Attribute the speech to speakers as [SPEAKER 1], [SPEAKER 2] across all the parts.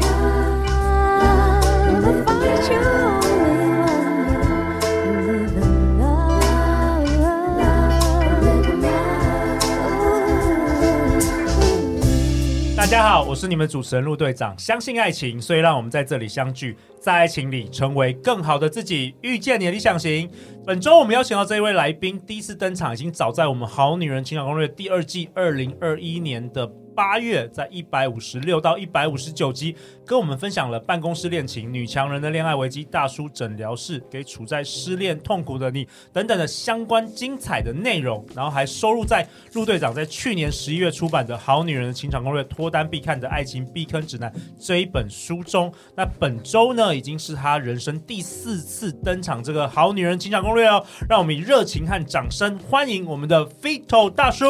[SPEAKER 1] Love, find you only one. Live in love, live in love.
[SPEAKER 2] 大家好，我是你们主持人陆队长。相信爱情，所以让我们在这里相聚，在爱情里成为更好的自己，遇见你的理想型。本周我们邀请到这一位来宾，第一次登场已经早在我们《好女人情感攻略》第二季二零二一年的八月，在一百五十六到一百五十九集，跟我们分享了办公室恋情、女强人的恋爱危机、大叔诊疗室给处在失恋痛苦的你等等的相关精彩的内容，然后还收录在陆队长在去年十一月出版的《好女人的情场攻略：脱单必看的爱情避坑指南》这一本书中。那本周呢，已经是他人生第四次登场这个《好女人情场攻略》哦，让我们以热情和掌声欢迎我们的 Vito 大叔。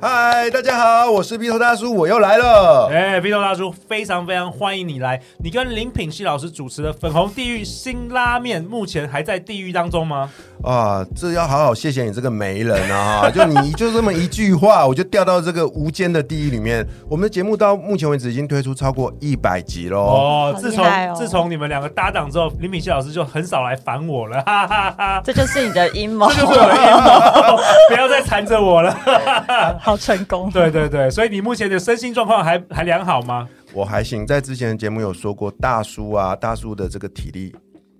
[SPEAKER 3] 嗨，大家好，我是鼻头大叔，我又来了。
[SPEAKER 2] 哎、v i t o 大叔，非常非常欢迎你来。你跟林品熙老师主持的《粉红地狱新拉面》，目前还在地狱当中吗？
[SPEAKER 3] 啊，这要好好谢谢你这个媒人啊！ 就你就这么一句话，我就掉到这个无间的地狱里面。我们的节目到目前为止已经推出超过一百集喽。
[SPEAKER 2] 哦，
[SPEAKER 4] 好
[SPEAKER 2] 自
[SPEAKER 4] 厉
[SPEAKER 2] 从、
[SPEAKER 4] 害哦
[SPEAKER 2] 自从你们两个搭档之后，林敏熙老师就很少来烦我了，哈哈哈。
[SPEAKER 4] 这就是你的阴谋，
[SPEAKER 2] 这就是我的阴谋，不要再缠着我 了。
[SPEAKER 4] 好成功。
[SPEAKER 2] 对对对，所以你目前的身心状况还还良好吗？
[SPEAKER 3] 我还行，在之前的节目有说过，大叔啊，大叔的这个体力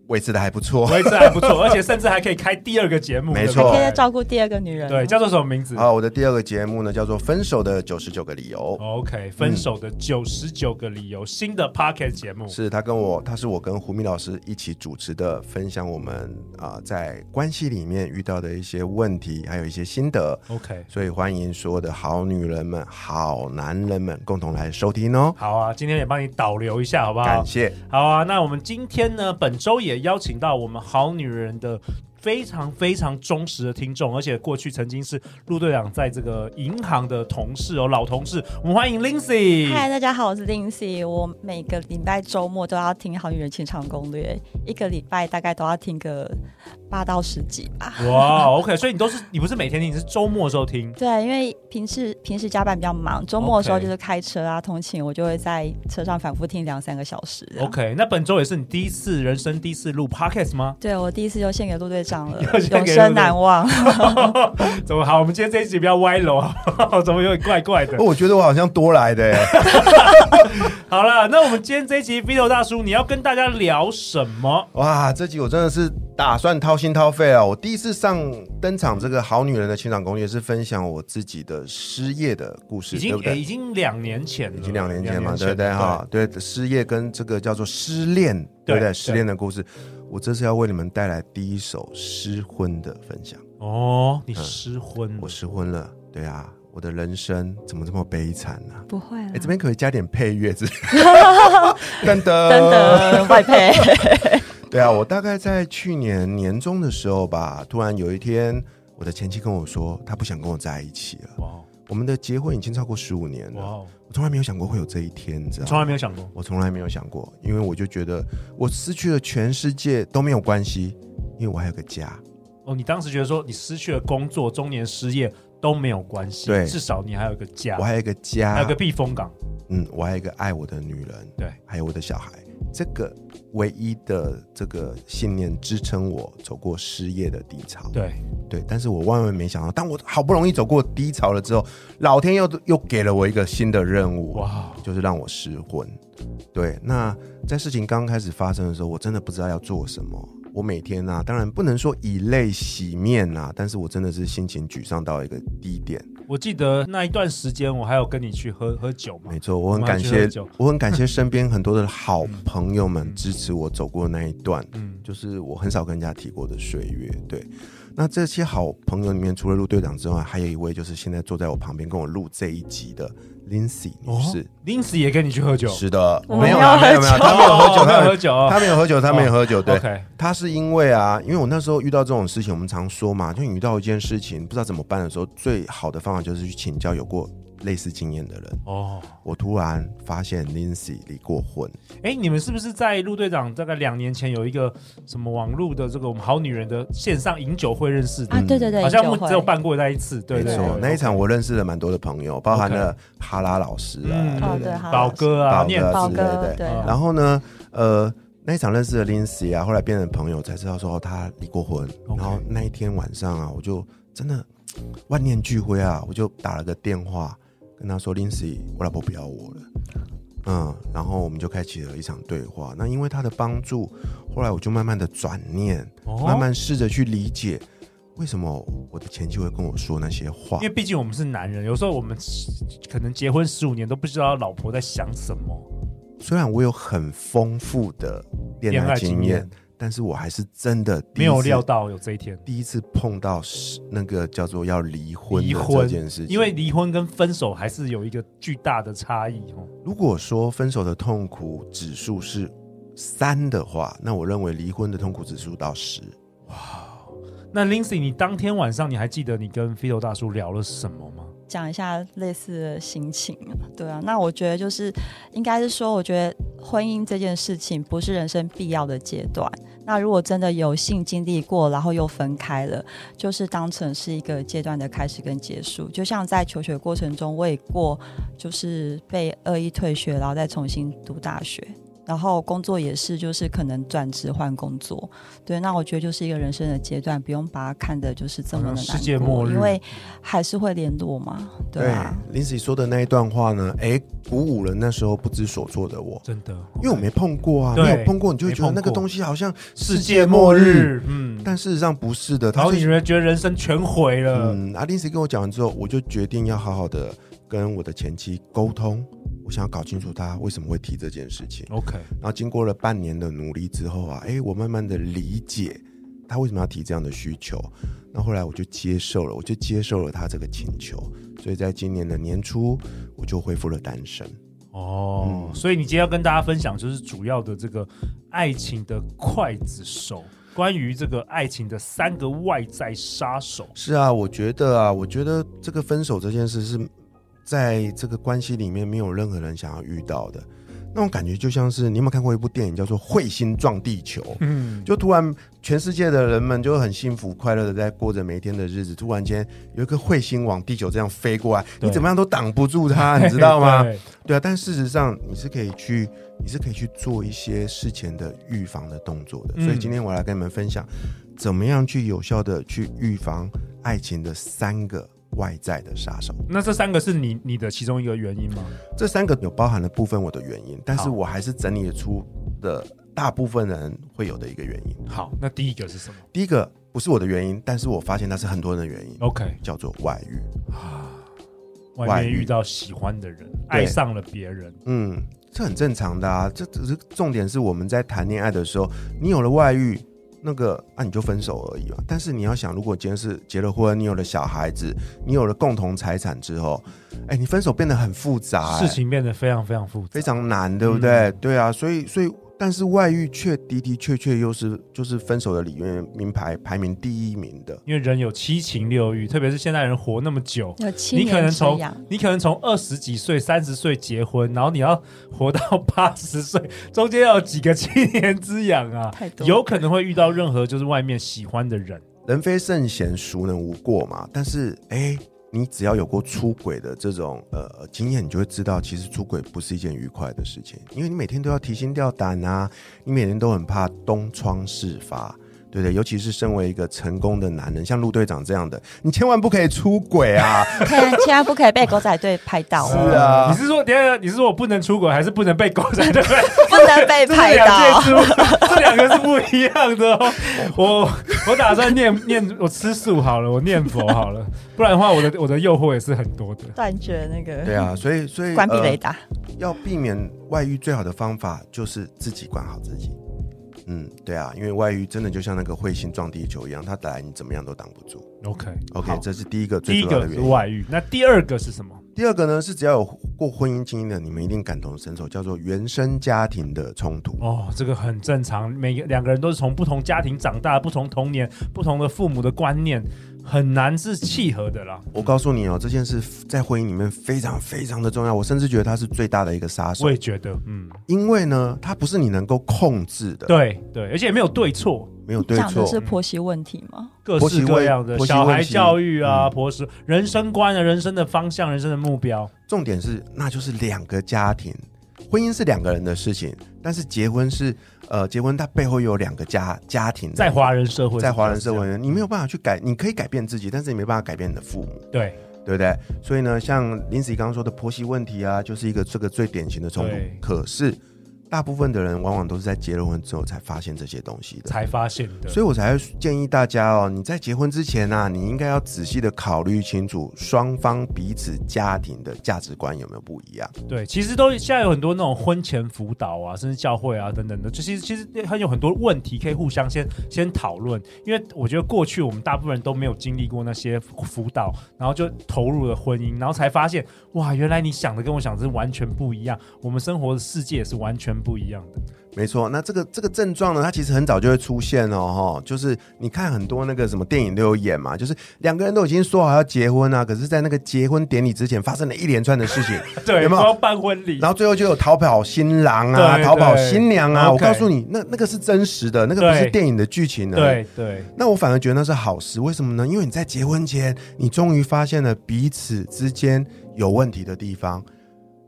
[SPEAKER 3] 维持的还不错。
[SPEAKER 2] 维持还不 错，而且甚至还可以开第二个节目。对
[SPEAKER 3] 没
[SPEAKER 2] 不
[SPEAKER 3] 错
[SPEAKER 4] 可以
[SPEAKER 2] 对
[SPEAKER 4] 再照顾第二个女人。
[SPEAKER 2] 对，叫做什么名字？
[SPEAKER 3] 好，我的第二个节目呢叫做《分手的九十九个理由》，
[SPEAKER 2] OK，分手的九十九个理由，新的 Pocket 节目。
[SPEAKER 3] 是他跟我，他是我跟胡明老师一起主持的，分享我们啊、在关系里面遇到的一些问题，还有一些心得。
[SPEAKER 2] OK，
[SPEAKER 3] 所以欢迎所有的好女人们、好男人们共同来收听哦。
[SPEAKER 2] 好啊，今天也帮你导流一下，好不好
[SPEAKER 3] 感？谢，
[SPEAKER 2] 好啊，那我们今天呢，本周也邀请到我们好女人的。非常非常忠实的听众，而且过去曾经是陆队长在这个银行的同事哦，老同事。我们欢迎 Lindsay。
[SPEAKER 4] 嗨，大家好，我是 Lindsay。我每个礼拜周末都要听《好女人情场攻略》，一个礼拜大概都要听个八到十集吧。
[SPEAKER 2] 哇，OK，所以你都是你不是每天听，你是周末的时候听。
[SPEAKER 4] 对，因为平时平时加班比较忙，周末的时候
[SPEAKER 2] OK
[SPEAKER 4] 就是开车啊、通勤，我就会在车上反复听两三个小时这样。
[SPEAKER 2] OK，那本周也是你第一次人生第一次录 Podcast 吗？
[SPEAKER 4] 对，我第一次就献给陆队长了
[SPEAKER 2] 又，献给
[SPEAKER 4] 永生难忘。
[SPEAKER 2] 怎么好？我们今天这一集不要歪楼， 好不好怎么有点怪怪的
[SPEAKER 3] 哦？我觉得我好像多来的耶，
[SPEAKER 2] 好了，那我们今天这一集 Vito 大叔，你要跟大家聊什么？
[SPEAKER 3] 哇！这集我真的是打算掏心掏肺啊！我第一次上登场这个好女人的情场攻略是分享我自己的失业的故事，
[SPEAKER 2] 已
[SPEAKER 3] 对
[SPEAKER 2] 经、
[SPEAKER 3] 不
[SPEAKER 2] 诶
[SPEAKER 3] 对
[SPEAKER 2] 已？经两年前了，
[SPEAKER 3] 已经两年前嘛，对不对哈？对，失业跟这个叫做失恋，
[SPEAKER 2] 对
[SPEAKER 3] 对不对？
[SPEAKER 2] 对
[SPEAKER 3] 失恋的故事，我这次要为你们带来第一首失婚的分享。
[SPEAKER 2] 哦，你失婚了
[SPEAKER 3] 嗯我，失婚了，对啊，我的人生怎么这么悲惨呢、
[SPEAKER 4] 不会
[SPEAKER 3] 哎、
[SPEAKER 4] 了
[SPEAKER 3] 这，边可以加点配乐之类 的，噔噔
[SPEAKER 4] 真 的外配。
[SPEAKER 3] 对啊，我大概在去年年中的时候吧，突然有一天，我的前妻跟我说，她不想跟我在一起了。
[SPEAKER 2] 哇哦
[SPEAKER 3] 我们的结婚已经超过十五年
[SPEAKER 2] 哇
[SPEAKER 3] 了，
[SPEAKER 2] 哦，
[SPEAKER 3] 我从来没有想过会有这一天，你知道
[SPEAKER 2] 从
[SPEAKER 3] 吗？
[SPEAKER 2] 来没有想过。
[SPEAKER 3] 我从来没有想过，因为我就觉得我失去了全世界都没有关系，因为我还有个家。
[SPEAKER 2] 哦，你当时觉得说你失去了工作，中年失业都没有关系，
[SPEAKER 3] 对
[SPEAKER 2] 至少你还有个家
[SPEAKER 3] 我，还有一个家，
[SPEAKER 2] 还有个避风港。
[SPEAKER 3] 嗯，我还有一个爱我的女人，
[SPEAKER 2] 对，
[SPEAKER 3] 还有我的小孩，这个唯一的这个信念支撑我走过失业的低潮。
[SPEAKER 2] 对，
[SPEAKER 3] 对，但是我万万没想到，当我好不容易走过低潮了之后，老天又又给了我一个新的任务，
[SPEAKER 2] 哇，
[SPEAKER 3] 就是让我失婚。对，那在事情刚开始发生的时候，我真的不知道要做什么。我每天啊，当然不能说以泪洗面啊，但是我真的是心情沮丧到一个低点。
[SPEAKER 2] 我记得那一段时间，我还有跟你去喝喝酒嘛
[SPEAKER 3] 没。错，我很
[SPEAKER 2] 我们还
[SPEAKER 3] 感
[SPEAKER 2] 去喝
[SPEAKER 3] 谢
[SPEAKER 2] 酒，
[SPEAKER 3] 我很感谢身边很多的 好朋友们支持我走过那一段，
[SPEAKER 2] 嗯，
[SPEAKER 3] 就是我很少跟人家提过的岁月。对，那这些好朋友里面，除了陆队长之外，还有一位就是现在坐在我旁边跟我录这一集的 Lindsay
[SPEAKER 2] 哦
[SPEAKER 3] 女士。
[SPEAKER 2] 临时也跟你去喝酒，
[SPEAKER 3] 是的，
[SPEAKER 4] 我们
[SPEAKER 3] 没有
[SPEAKER 4] 要
[SPEAKER 3] 啦，没有
[SPEAKER 4] 喝
[SPEAKER 3] 没
[SPEAKER 4] 酒
[SPEAKER 3] 有，他没有喝
[SPEAKER 2] 哦没
[SPEAKER 3] 酒，
[SPEAKER 2] 有喝
[SPEAKER 3] 他没有。
[SPEAKER 2] 酒哦，哦
[SPEAKER 3] 他没有喝酒，他没有喝酒。对，
[SPEAKER 2] OK，
[SPEAKER 3] 他是因为啊，因为我那时候遇到这种事情，我们常说嘛，就你遇到一件事情不知道怎么办的时候，最好的方法就是去请教有过类似经验的人，
[SPEAKER 2] 哦，
[SPEAKER 3] 我突然发现 Lindsay 离过婚，
[SPEAKER 2] 哎，你们是不是在陆队长大概两年前有一个什么网络的这个我们好女人的线上饮酒会认识的？
[SPEAKER 4] 啊，对对对，
[SPEAKER 2] 好像
[SPEAKER 4] 就
[SPEAKER 2] 我
[SPEAKER 4] 会
[SPEAKER 2] 们只有办过那一次，对
[SPEAKER 3] 没
[SPEAKER 2] 对
[SPEAKER 3] 错
[SPEAKER 2] 对，
[SPEAKER 3] 那一场我认识了蛮多的朋友，包含了哈拉老师
[SPEAKER 2] 嗯
[SPEAKER 3] 啊，
[SPEAKER 4] 哦对，哈
[SPEAKER 2] 宝哥啊，
[SPEAKER 3] 宝
[SPEAKER 2] 念
[SPEAKER 3] 哥
[SPEAKER 4] 宝
[SPEAKER 3] 之类的
[SPEAKER 4] 哥对
[SPEAKER 2] 嗯
[SPEAKER 3] 然后呢，呃，那一场认识了 Lindsay 啊，后来变成朋友，才知道说哦她离过婚。
[SPEAKER 2] OK
[SPEAKER 3] 然后那一天晚上啊，我就真的万念俱灰啊，我就打了个电话跟她说，Lindsay，我老婆不要我了。嗯，然后我们就开启了一场对话。那因为她的帮助，后来我就慢慢的转念，
[SPEAKER 2] 哦
[SPEAKER 3] 慢慢试着去理解为什么我的前妻会跟我说那些话
[SPEAKER 2] 因为。毕竟我们是男人，有时候我们可能结婚十五年都不知道老婆在想什么。
[SPEAKER 3] 虽然我有很丰富的恋
[SPEAKER 2] 恋爱
[SPEAKER 3] 爱
[SPEAKER 2] 经
[SPEAKER 3] 经验
[SPEAKER 2] 验，
[SPEAKER 3] 但是我还是真的第
[SPEAKER 2] 没
[SPEAKER 3] 一
[SPEAKER 2] 有
[SPEAKER 3] 次
[SPEAKER 2] 料到有这一天，
[SPEAKER 3] 第一次碰到是那个叫做要离婚
[SPEAKER 2] 离
[SPEAKER 3] 的
[SPEAKER 2] 婚
[SPEAKER 3] 这件事情，
[SPEAKER 2] 因为离婚跟分手还是有一个巨大的差异哦。
[SPEAKER 3] 如果说分手的痛苦指数是三的话，那我认为离婚的痛苦指数到十。
[SPEAKER 2] 那 Lindsay，你当天晚上你还记得你跟 Fido 大叔聊了什么吗？
[SPEAKER 4] 讲一下类似的心情，对啊。那我觉得就是，应该是说，我觉得婚姻这件事情不是人生必要的阶段。那如果真的有幸经历过，然后又分开了，就是当成是一个阶段的开始跟结束。就像在求学过程中，我也过就是被恶意退学，然后再重新读大学。然后工作也是，就是可能转职换工作，对，那我觉得就是一个人生的阶段，不用把它看的就是这么的
[SPEAKER 2] 好
[SPEAKER 4] 难
[SPEAKER 2] 像
[SPEAKER 4] 过，
[SPEAKER 2] 嗯世界末日
[SPEAKER 4] 因为还是会联络嘛，对啊，
[SPEAKER 3] 林 y 哎说的那一段话呢，哎，鼓舞了那时候不知所措的我，
[SPEAKER 2] 真的，哦
[SPEAKER 3] 因为我没碰过啊，
[SPEAKER 2] 对
[SPEAKER 3] 没有碰过，你就会觉得
[SPEAKER 2] 没碰过
[SPEAKER 3] 那个东西好像
[SPEAKER 2] 世界末
[SPEAKER 3] 日，
[SPEAKER 2] 日，嗯，
[SPEAKER 3] 但事实上不是的。
[SPEAKER 2] 然
[SPEAKER 3] 他
[SPEAKER 2] 后你
[SPEAKER 3] 是
[SPEAKER 2] 觉得觉得人生全毁了，
[SPEAKER 3] 嗯，阿林 y 跟我讲完之后，我就决定要好好的跟我的前妻沟通，我想要搞清楚他为什么会提这件事情。
[SPEAKER 2] OK，
[SPEAKER 3] 然后经过了半年的努力之后啊，哎，我慢慢的理解他为什么要提这样的需求。那后来我就接受了，我就接受了他这个请求，所以在今年的年初，我就恢复了单身。
[SPEAKER 2] 哦，
[SPEAKER 3] 嗯
[SPEAKER 2] 所以你今天要跟大家分享，就是主要的这个爱情的刽子手，关于这个爱情的三个外在杀手。
[SPEAKER 3] 是啊，我觉得啊，我觉得这个分手这件事是在这个关系里面没有任何人想要遇到的。那种感觉就像是你有没有看过一部电影叫做《彗星撞地球》？
[SPEAKER 2] 嗯，
[SPEAKER 3] 就突然全世界的人们就很幸福快乐的在过着每一天的日子，突然间有一颗彗星往地球这样飞过来，
[SPEAKER 2] 对
[SPEAKER 3] 你怎么样都挡不住 它，你知道 吗？
[SPEAKER 2] 对？
[SPEAKER 3] 对啊，但事实上你是可以去，你是可以去做一些事前的预防的动作的。
[SPEAKER 2] 嗯
[SPEAKER 3] 所以今天我来跟你们分享，怎么样去有效的去预防爱情的三个外在的杀手。
[SPEAKER 2] 那这三个是你你的其中一个原因吗？
[SPEAKER 3] 这三个有包含了部分我的原因，但是
[SPEAKER 2] 好
[SPEAKER 3] 我还是整理出的大部分人会有的一个原因。
[SPEAKER 2] 好，那第一个是什么
[SPEAKER 3] 第一个不是我的原因，但是我发现它是很多人的原因，
[SPEAKER 2] ？OK，
[SPEAKER 3] 叫做外遇。
[SPEAKER 2] 外
[SPEAKER 3] 外
[SPEAKER 2] 面
[SPEAKER 3] 遇
[SPEAKER 2] 遇到喜欢的人，爱上了别人，
[SPEAKER 3] 嗯，这很正常的啊。这只是重点是我们在谈恋爱的时候，你有了外遇，那个啊你就分手而已嘛。但是你要想，如果今天是结了婚，你有了小孩子，你有了共同财产之后，哎，你分手变得很复杂、哎
[SPEAKER 2] 事情变得非常非常复杂，
[SPEAKER 3] 非常难，对不对？对啊，所以所以。但是外遇却的的确确又是就是分手的里面名牌排名第一名的，
[SPEAKER 2] 因为人有七情六欲，特别是现代人活那么久，
[SPEAKER 4] 有七
[SPEAKER 2] 你可能
[SPEAKER 4] 年之
[SPEAKER 2] 从
[SPEAKER 4] 痒。
[SPEAKER 2] 你可能从二十几岁、三十岁结婚，然后你要活到 八十岁，中间要有几个七年之痒啊
[SPEAKER 4] 太！多
[SPEAKER 2] 有可能会遇到任何就是外面喜欢的人，
[SPEAKER 3] 人非圣贤，孰能无过嘛？但是，哎、你只要有过出轨的这种呃经验，你就会知道，其实出轨不是一件愉快的事情，因为你每天都要提心吊胆啊，你每天都很怕东窗事发。对不对，尤其是身为一个成功的男人，像陆队长这样的，你千万不可以出轨 啊！
[SPEAKER 4] 千万千万不可以被狗仔队拍到，哦
[SPEAKER 3] 是啊
[SPEAKER 2] 你是说，等一下，你是说我不能出轨，还是不能被狗仔队拍？
[SPEAKER 4] 不能 被
[SPEAKER 2] 这
[SPEAKER 4] 拍
[SPEAKER 2] 是两件。
[SPEAKER 4] 到
[SPEAKER 2] 事吗，这两个是不一样的哦。我我打算念念，我吃素好了，我念佛好 了，不然的话，我的我的诱惑也是很多的。
[SPEAKER 4] 断绝那
[SPEAKER 3] 对
[SPEAKER 4] 个
[SPEAKER 3] 啊，所以所以
[SPEAKER 4] 关闭
[SPEAKER 3] 呃
[SPEAKER 4] 雷达，
[SPEAKER 3] 要避免外遇，最好的方法就是自己管好自己。嗯，对啊，因为外遇真的就像那个彗星撞地球一样，它打来你怎么样都挡不住。
[SPEAKER 2] OK，
[SPEAKER 3] OK，
[SPEAKER 2] 好
[SPEAKER 3] 这是第一个
[SPEAKER 2] 第
[SPEAKER 3] 最
[SPEAKER 2] 一
[SPEAKER 3] 主要
[SPEAKER 2] 个
[SPEAKER 3] 的原
[SPEAKER 2] 是
[SPEAKER 3] 因。
[SPEAKER 2] 外遇，那第二个是什么？
[SPEAKER 3] 第二个呢是只要有过婚姻经验的，你们一定感同身受，叫做原生家庭的冲突。
[SPEAKER 2] 哦，这个很正常，每个两个人都是从不同家庭长大，不同童年，不同的父母的观念，很难是契合的啦。
[SPEAKER 3] 我告诉你哦，这件事在婚姻里面非常非常的重要，我甚至觉得它是最大的一个杀手
[SPEAKER 2] 我，也觉得，嗯，
[SPEAKER 3] 因为呢，它不是你能够控制的，，
[SPEAKER 2] 对对，而且也没有对错，
[SPEAKER 3] 没有对
[SPEAKER 4] 讲的
[SPEAKER 3] 错，
[SPEAKER 4] 是婆媳问题吗？
[SPEAKER 2] 各
[SPEAKER 3] 婆
[SPEAKER 2] 式
[SPEAKER 3] 媳
[SPEAKER 2] 各
[SPEAKER 3] 问
[SPEAKER 2] 样的
[SPEAKER 3] 婆媳
[SPEAKER 2] 小
[SPEAKER 3] 问
[SPEAKER 2] 孩
[SPEAKER 3] 题
[SPEAKER 2] 教育啊，
[SPEAKER 3] 嗯
[SPEAKER 2] 婆媳人生观啊，人生的方向，人生的目标，
[SPEAKER 3] 重点是那就是两个家庭，婚姻是两个人的事情，但是结婚是呃，结婚它背后有两个家家庭的
[SPEAKER 2] 在华人社会，
[SPEAKER 3] 嗯在华人社会，你没有办法去改，你可以改变自己，但是你没办法改变你的父母。
[SPEAKER 2] 对
[SPEAKER 3] 对不对？所以呢，像林子怡刚刚说的婆媳问题啊，就是一个这个最典型的冲突
[SPEAKER 2] 对。
[SPEAKER 3] 可是大部分的人往往都是在结了婚之后才发现这些东西的，
[SPEAKER 2] 才发现的，
[SPEAKER 3] 所以我才会建议大家哦，你在结婚之前啊，你应该要仔细的考虑清楚双方彼此家庭的价值观有没有不一样。
[SPEAKER 2] 对，其实都现在有很多那种婚前辅导啊，甚至教会啊等等的，就其实其实它有很多问题可以互相先先讨论，因为我觉得过去我们大部分人都没有经历过那些辅导，然后就投入了婚姻，然后才发现哇，原来你想的跟我想的是完全不一样，我们生活的世界也是完全不一样 的。
[SPEAKER 3] 没错，那这个这个症状呢，它其实很早就会出现哦，哈，就是你看很多那个什么电影都有演嘛，就是两个人都已经说好要结婚啊，可是，在那个结婚典礼之前发生了一连串的事情，
[SPEAKER 2] 对，
[SPEAKER 3] 有没有
[SPEAKER 2] 我要办婚礼
[SPEAKER 3] 然，后最后就有逃跑新郎啊，
[SPEAKER 2] 对
[SPEAKER 3] 逃跑新娘啊。
[SPEAKER 2] 对
[SPEAKER 3] 我
[SPEAKER 2] OK
[SPEAKER 3] 告诉你，那那个是真实的，那个不
[SPEAKER 2] 对
[SPEAKER 3] 是电影的剧情而已。
[SPEAKER 2] 对对
[SPEAKER 3] 那我反而觉得那是好事，为什么呢？因为你在结婚前，你终于发现了彼此之间有问题的地方。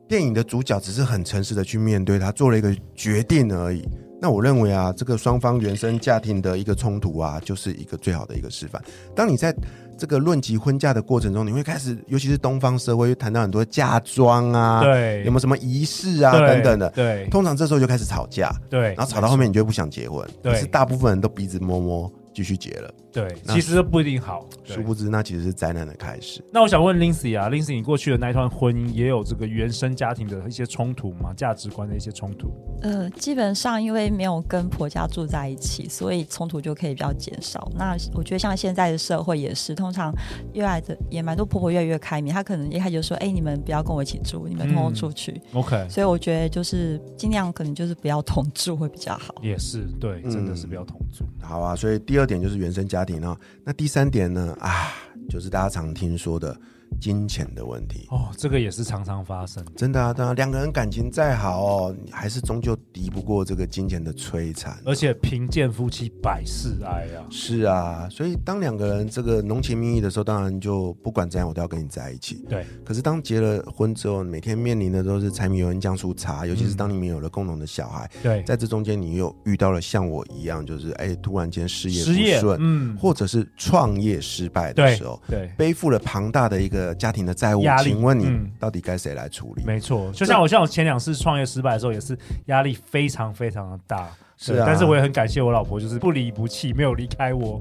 [SPEAKER 3] 电影的主角只是很诚实的去面对，他做了一个决定而已。那我认为啊，这个双方原生家庭的一个冲突啊，就是一个最好的一个示范。当你在这个论及婚嫁的过程中，你会开始，尤其是东方社会，会谈到很多嫁妆啊，
[SPEAKER 2] 对
[SPEAKER 3] 有没有什么仪式啊
[SPEAKER 2] 对
[SPEAKER 3] 等等的，
[SPEAKER 2] 对
[SPEAKER 3] 通常这时候就开始吵架，
[SPEAKER 2] 对，
[SPEAKER 3] 然后吵到后面你就会不想结婚，
[SPEAKER 2] 对
[SPEAKER 3] 可是大部分人都鼻子摸摸继续结了，
[SPEAKER 2] 对，
[SPEAKER 3] 那
[SPEAKER 2] 其实不一定好，对
[SPEAKER 3] 殊不知那其实是灾难的开始。
[SPEAKER 2] 那我想问 Lindsay 啊，Lindsay，你过去的那一段婚姻也有这个原生家庭的一些冲突吗？价值观的一些冲突？
[SPEAKER 4] 呃，基本上因为没有跟婆家住在一起，所以冲突就可以比较减少。那我觉得像现在的社会也是，通常越来的也蛮多婆婆越来越开明，她可能一开始就说：“哎、你们不要跟我一起住，你们
[SPEAKER 3] 嗯
[SPEAKER 4] 通通出去。
[SPEAKER 2] OK，
[SPEAKER 4] 所以我觉得就是尽量可能就是不要同住会比较好。
[SPEAKER 2] 也是对，
[SPEAKER 3] 嗯
[SPEAKER 2] 真的是不要同住。
[SPEAKER 3] 好啊，所以第二点就是原生家庭啊，那第三点呢啊，就是大家常听说的金钱的问题。
[SPEAKER 2] 哦，这个也是常常发生。
[SPEAKER 3] 真的啊，当然两个人感情再好哦，还是终究敌不过这个金钱的摧残。
[SPEAKER 2] 而且贫贱夫妻百事哀啊，
[SPEAKER 3] 是啊，所以当两个人这个浓情蜜意的时候，当然就不管怎样，我都要跟你在一起。
[SPEAKER 2] 对
[SPEAKER 3] 可是当结了婚之后，每天面临的都是柴米油盐酱醋
[SPEAKER 2] 嗯
[SPEAKER 3] 茶，尤其是当你们有了共同的小孩，
[SPEAKER 2] 对，
[SPEAKER 3] 在这中间你又遇到了像我一样，就是哎、突然间事业
[SPEAKER 2] 失业
[SPEAKER 3] 不顺，
[SPEAKER 2] 嗯，
[SPEAKER 3] 或者是创业失败的
[SPEAKER 2] 对
[SPEAKER 3] 时候，
[SPEAKER 2] 对，
[SPEAKER 3] 背负了庞大的一个家庭的债务
[SPEAKER 2] 压，力
[SPEAKER 3] 请问你
[SPEAKER 2] 嗯
[SPEAKER 3] 到底该谁来处理？
[SPEAKER 2] 没错。就像我像我前两次创业失败的时候，也是压力非常非常的大。
[SPEAKER 3] 是
[SPEAKER 2] 对
[SPEAKER 3] 啊，
[SPEAKER 2] 但是我也很感谢我老婆，就是不离不弃，没有离开我。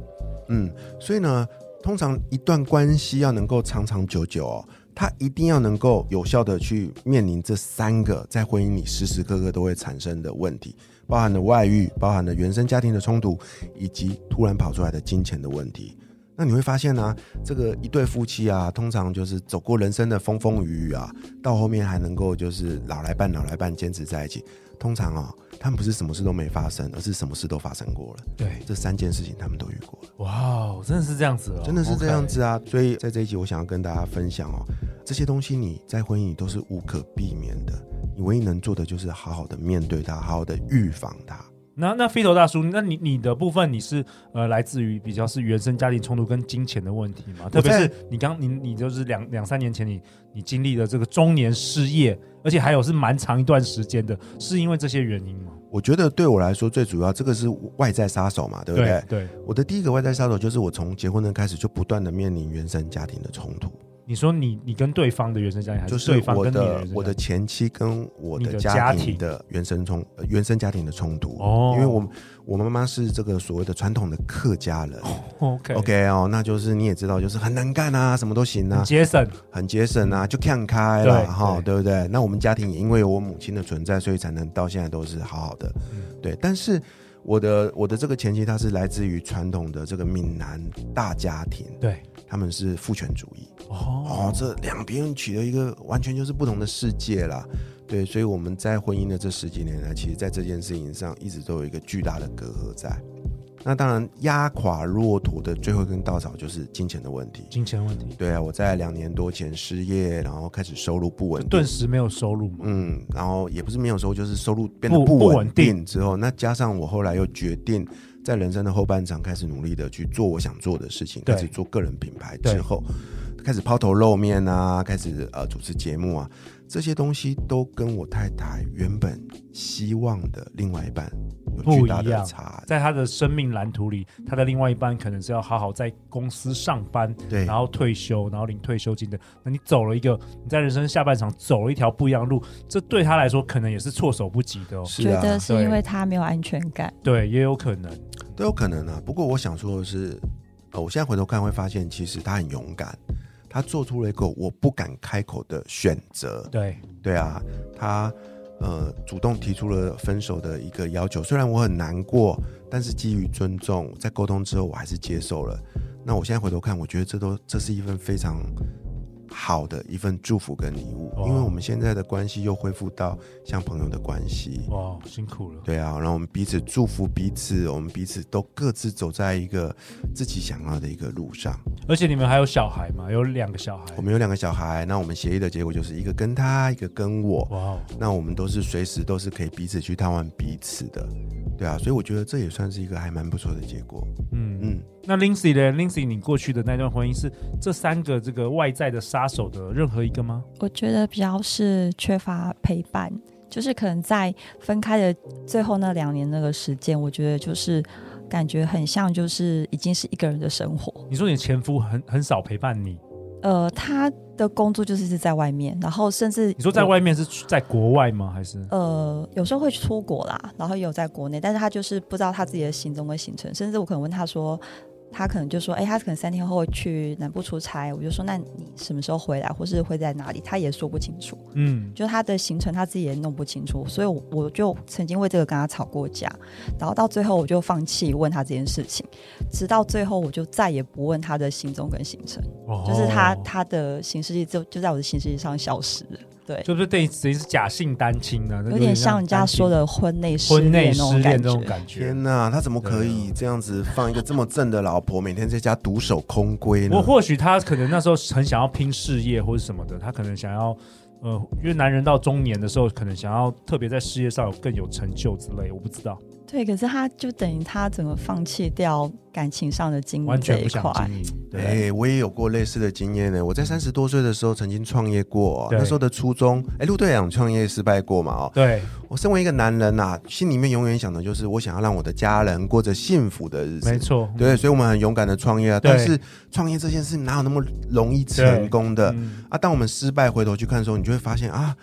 [SPEAKER 3] 嗯，所以呢，通常一段关系要能够长长久久哦，它一定要能够有效的去面临这三个在婚姻里时时刻刻都会产生的问题，包含了外遇，包含了原生家庭的冲突，以及突然跑出来的金钱的问题。那你会发现呢、啊这个一对夫妻啊，通常就是走过人生的风风雨雨啊，到后面还能够就是老来伴老来伴坚持在一起。通常哦，他们不是什么事都没发生，而是什么事都发生过了。
[SPEAKER 2] 对，
[SPEAKER 3] 这三件事情他们都遇过了。
[SPEAKER 2] 哇哦，真的是这样子哦，
[SPEAKER 3] 真的是这
[SPEAKER 2] OK
[SPEAKER 3] 样子啊。所以在这一集，我想要跟大家分享哦，这些东西你在婚姻里都是无可避免的，你唯一能做的就是好好的面对它，好好的预防它。
[SPEAKER 2] 那那飞头大叔，那你你的部分你是呃来自于比较是原生家庭冲突跟金钱的问题嘛？特别
[SPEAKER 3] 在
[SPEAKER 2] 是你刚你你就是两两三年前你你经历了这个中年失业，而且还有是蛮长一段时间的，是因为这些原因吗？
[SPEAKER 3] 我觉得对我来说，最主要这个是外在杀手嘛，对不对？
[SPEAKER 2] 对，
[SPEAKER 3] 我的第一个外在杀手就是我从结婚的开始就不断的面临原生家庭的冲突，
[SPEAKER 2] 你说你你跟对方的原生家庭，还
[SPEAKER 3] 就是
[SPEAKER 2] 对方
[SPEAKER 3] 我
[SPEAKER 2] 跟你的
[SPEAKER 3] 的
[SPEAKER 2] 原生家庭
[SPEAKER 3] 我的前妻跟我
[SPEAKER 2] 你的
[SPEAKER 3] 的
[SPEAKER 2] 家
[SPEAKER 3] 家
[SPEAKER 2] 庭
[SPEAKER 3] 庭的原生冲、呃原生家庭的冲突。
[SPEAKER 2] 哦
[SPEAKER 3] 因为我我妈妈是这个所谓的传统的客家
[SPEAKER 2] 哦
[SPEAKER 3] 人，
[SPEAKER 2] OK
[SPEAKER 3] OK 哦，那就是你也知道，就是很能干啊，什么都行啊，
[SPEAKER 2] 节省
[SPEAKER 3] 很节省啊，就看开了
[SPEAKER 2] 对
[SPEAKER 3] 哈，
[SPEAKER 2] 对
[SPEAKER 3] 对不
[SPEAKER 2] 嗯
[SPEAKER 3] 对？那我们家庭也因为有我母亲的存在，所以才能到现在都是好好的，对。但是我的我的这个前妻，她是来自于传统的这个闽南大家庭，
[SPEAKER 2] 对，
[SPEAKER 3] 他们是父权主义。
[SPEAKER 2] 哦，
[SPEAKER 3] 哦，这两边取得一个完全就是不同的世界啦。对，所以我们在婚姻的这十几年来，其实在这件事情上一直都有一个巨大的隔阂在。那当然，压垮骆驼的最后一根稻草就是金钱的问题。
[SPEAKER 2] 金钱问题，
[SPEAKER 3] 对啊，我在两年多前失业，然后开始收入不稳定
[SPEAKER 2] 顿，时没有收入嘛，
[SPEAKER 3] 嗯，然后也不是没有收，就是收入变得
[SPEAKER 2] 不
[SPEAKER 3] 不
[SPEAKER 2] 不
[SPEAKER 3] 稳
[SPEAKER 2] 稳定
[SPEAKER 3] 定之后，那加上我后来又决定在人生的后半场开始努力的去做我想做的事情，
[SPEAKER 2] 对
[SPEAKER 3] 开始做个人品牌
[SPEAKER 2] 对
[SPEAKER 3] 之后，开始抛头露面啊，开始呃主持节目啊，这些东西都跟我太太原本希望的另外一半有
[SPEAKER 2] 不
[SPEAKER 3] 巨
[SPEAKER 2] 一
[SPEAKER 3] 大的
[SPEAKER 2] 样
[SPEAKER 3] 差，
[SPEAKER 2] 在他的生命蓝图里，他的另外一半可能是要好好在公司上班，
[SPEAKER 3] 对
[SPEAKER 2] 然后退休，然后领退休金的。那你走了一个，你在人生下半场走了一条不一样的路，这对他来说可能也是措手不及的哦。
[SPEAKER 3] 是
[SPEAKER 4] 觉
[SPEAKER 3] 啊，
[SPEAKER 4] 得是因
[SPEAKER 2] 对
[SPEAKER 4] 为他没有安全感。
[SPEAKER 2] 对，也有可能。
[SPEAKER 3] 都有可能啊。不过我想说的是，呃，我现在回头看会发现，其实他很勇敢，他做出了一个我不敢开口的选择。
[SPEAKER 2] 对，
[SPEAKER 3] 对啊，他呃主动提出了分手的一个要求，虽然我很难过，但是基于尊重，在沟通之后我还是接受了。那我现在回头看，我觉得这都这是一份非常好的一份祝福跟礼物，
[SPEAKER 2] 哇
[SPEAKER 3] 因为我们现在的关系又恢复到像朋友的关系。
[SPEAKER 2] 哇，辛苦了。
[SPEAKER 3] 对啊，然后我们彼此祝福彼此，我们彼此都各自走在一个自己想要的一个路上。
[SPEAKER 2] 而且你们还有小孩嘛？有两个小孩。
[SPEAKER 3] 我们有两个小孩，那我们协议的结果就是一个跟他，一个跟我。
[SPEAKER 2] 哇哦，
[SPEAKER 3] 那我们都是随时都是可以彼此去探望彼此的，对啊，所以我觉得这也算是一个还蛮不错的结果。
[SPEAKER 2] 嗯
[SPEAKER 3] 嗯，
[SPEAKER 2] 那 Lindsay 呢？Lindsay，你过去的那段婚姻是这三个这个外在的杀手的任何一个吗？
[SPEAKER 4] 我觉得比较是缺乏陪伴，就是可能在分开的最后那两年那个时间，我觉得就是感觉很像就是已经是一个人的生活。
[SPEAKER 2] 你说你的前夫很很少陪伴你，
[SPEAKER 4] 呃，他的工作就是是在外面，然后甚至
[SPEAKER 2] 你说在
[SPEAKER 4] 我。
[SPEAKER 2] 外面是在国外吗？还是
[SPEAKER 4] 呃，有时候会出国啦，然后也有在国内，但是他就是不知道他自己的行踪跟行程，甚至我可能问他说，他可能就说，哎、他可能三天后会去南部出差，我就说，那你什么时候回来，或是会在哪里，他也说不清楚。
[SPEAKER 2] 嗯，
[SPEAKER 4] 就他的行程他自己也弄不清楚，所以我我就曾经为这个跟他吵过架，然后到最后我就放弃问他这件事情，直到最后我就再也不问他的行踪跟行程，
[SPEAKER 2] 哦
[SPEAKER 4] 就是他他的行事历就就在我的行事历上消失了，对，
[SPEAKER 2] 就是等于等于是假性单亲呢、啊，
[SPEAKER 4] 有点像人家说
[SPEAKER 2] 的
[SPEAKER 4] 的婚内失
[SPEAKER 2] 婚内
[SPEAKER 4] 恋那
[SPEAKER 2] 失
[SPEAKER 4] 种
[SPEAKER 2] 恋
[SPEAKER 4] 感
[SPEAKER 2] 这种
[SPEAKER 4] 觉。
[SPEAKER 2] 感觉。
[SPEAKER 3] 天哪，他怎么
[SPEAKER 2] 啊
[SPEAKER 3] 可以这样子放一个这么正的老婆，每天在家独守空闺呢
[SPEAKER 2] 我？或许他可能那时候很想要拼事业或者什么的，他可能想要。呃，因为男人到中年的时候，可能想要特别在事业上有更有成就之类，我不知道，
[SPEAKER 4] 对，可是他就等于他整个放弃掉感情上的经
[SPEAKER 2] 完
[SPEAKER 4] 营嗯这
[SPEAKER 2] 全
[SPEAKER 4] 一
[SPEAKER 2] 不想
[SPEAKER 4] 块，
[SPEAKER 2] 经营。对，
[SPEAKER 3] 哎、我也有过类似的经验呢。我在三十多岁的时候曾经创业过、哦
[SPEAKER 2] 对
[SPEAKER 3] 那时候的初衷，哎、陆队长创业失败过嘛？哦，
[SPEAKER 2] 对，
[SPEAKER 3] 我身为一个男人呐、心里面永远想的就是我想要让我的家人过着幸福的日子。
[SPEAKER 2] 没错，
[SPEAKER 3] 对，所以我们很勇敢的创业啊。
[SPEAKER 2] 对
[SPEAKER 3] 但是创业这件事哪有那么容易成功的
[SPEAKER 2] 嗯
[SPEAKER 3] 啊？当我们失败回头去看的时候，你就会发现啊，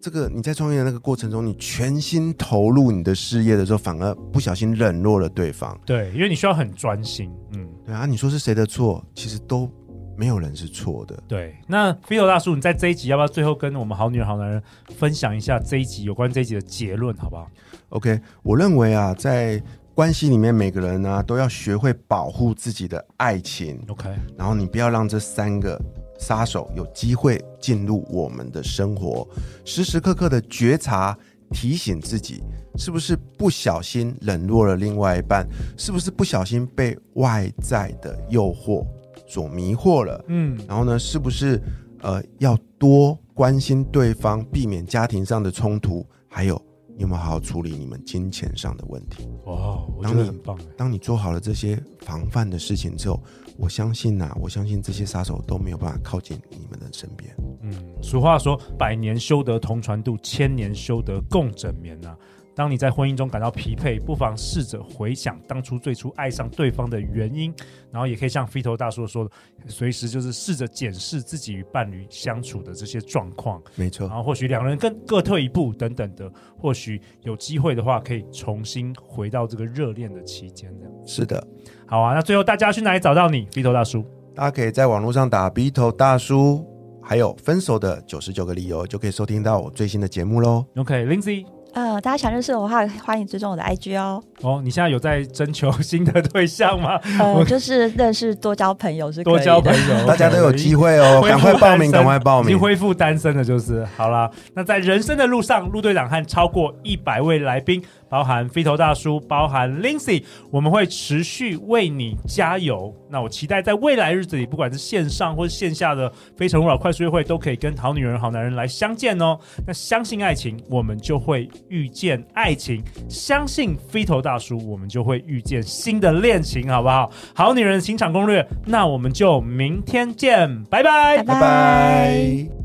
[SPEAKER 3] 这个你在创业的那个过程中，你全心投入你的事业的时候，反而不小心冷落了对方。
[SPEAKER 2] 对，因为你需要很专心，嗯，
[SPEAKER 3] 对啊，你说是谁的错？其实都没有人是错的。
[SPEAKER 2] 对，那 Phil 大叔，你在这一集要不要最后跟我们好女人、好男人分享一下这一集有关这一集的结论，好不好？
[SPEAKER 3] OK，我认为啊，在关系里面，每个人呢、都要学会保护自己的爱情，
[SPEAKER 2] OK，
[SPEAKER 3] 然后你不要让这三个杀手有机会进入我们的生活，时时刻刻的觉察。提醒自己，是不是不小心冷落了另外一半？是不是不小心被外在的诱惑所迷惑了？
[SPEAKER 2] 嗯，
[SPEAKER 3] 然后呢，是不是呃要多关心对方，避免家庭上的冲突？还有，你有没有好好处理你们金钱上的问题？
[SPEAKER 2] 哇，我觉
[SPEAKER 3] 当
[SPEAKER 2] 得
[SPEAKER 3] 你
[SPEAKER 2] 很棒哎，
[SPEAKER 3] 当你做好了这些防范的事情之后，我相信呐、我相信这些杀手都没有办法靠近你们的身边。
[SPEAKER 2] 嗯，俗话说，百年修得同船渡，千年修得共枕眠呐、当你在婚姻中感到疲惫，不妨试着回想当初最初爱上对方的原因，然后也可以像飞头大叔说的，随时就是试着检视自己与伴侣相处的这些状况。
[SPEAKER 3] 没
[SPEAKER 2] 然
[SPEAKER 3] 错，
[SPEAKER 2] 后或许两人更各退一步等等的，或许有机会的话，可以重新回到这个热恋的期间这样。
[SPEAKER 3] 是的，
[SPEAKER 2] 好啊，那最后大家去哪里找到你，B 头大叔？
[SPEAKER 3] 大家可以在网络上打 B 头大叔，还有分手的九十九个理由，就可以收听到我最新的节目喽。
[SPEAKER 2] OK，Lindsay，、
[SPEAKER 4] 呃，大家想认识我的话，欢迎追踪我的 IG 哦。
[SPEAKER 2] 哦，你现在有在征求新的对象吗？我
[SPEAKER 4] 呃，就是认识多交朋友是可以
[SPEAKER 2] 多
[SPEAKER 4] 的
[SPEAKER 2] 交朋 友，
[SPEAKER 3] 大家都有机
[SPEAKER 2] 会。
[SPEAKER 3] 会哦，
[SPEAKER 2] 恢复
[SPEAKER 3] 赶快报
[SPEAKER 2] 单
[SPEAKER 3] 名，
[SPEAKER 2] 身
[SPEAKER 3] 赶快报
[SPEAKER 2] 已经
[SPEAKER 3] 名。
[SPEAKER 2] 恢复单身了，就是好啦。那在人生的路上，陆队长和超过一百位来宾，包含飞头大叔，包含 Lindsay，我们会持续为你加油。那我期待在未来日子里，不管是线上或是线下的《非诚勿扰》快速约会，都可以跟好女人、好男人来相见哦。那相信爱情，我们就会遇见爱情；相信飞头大叔，我们就会遇见新的恋情，好不好？好女人情场攻略，那我们就明天见，拜拜
[SPEAKER 4] 拜拜。
[SPEAKER 3] 拜。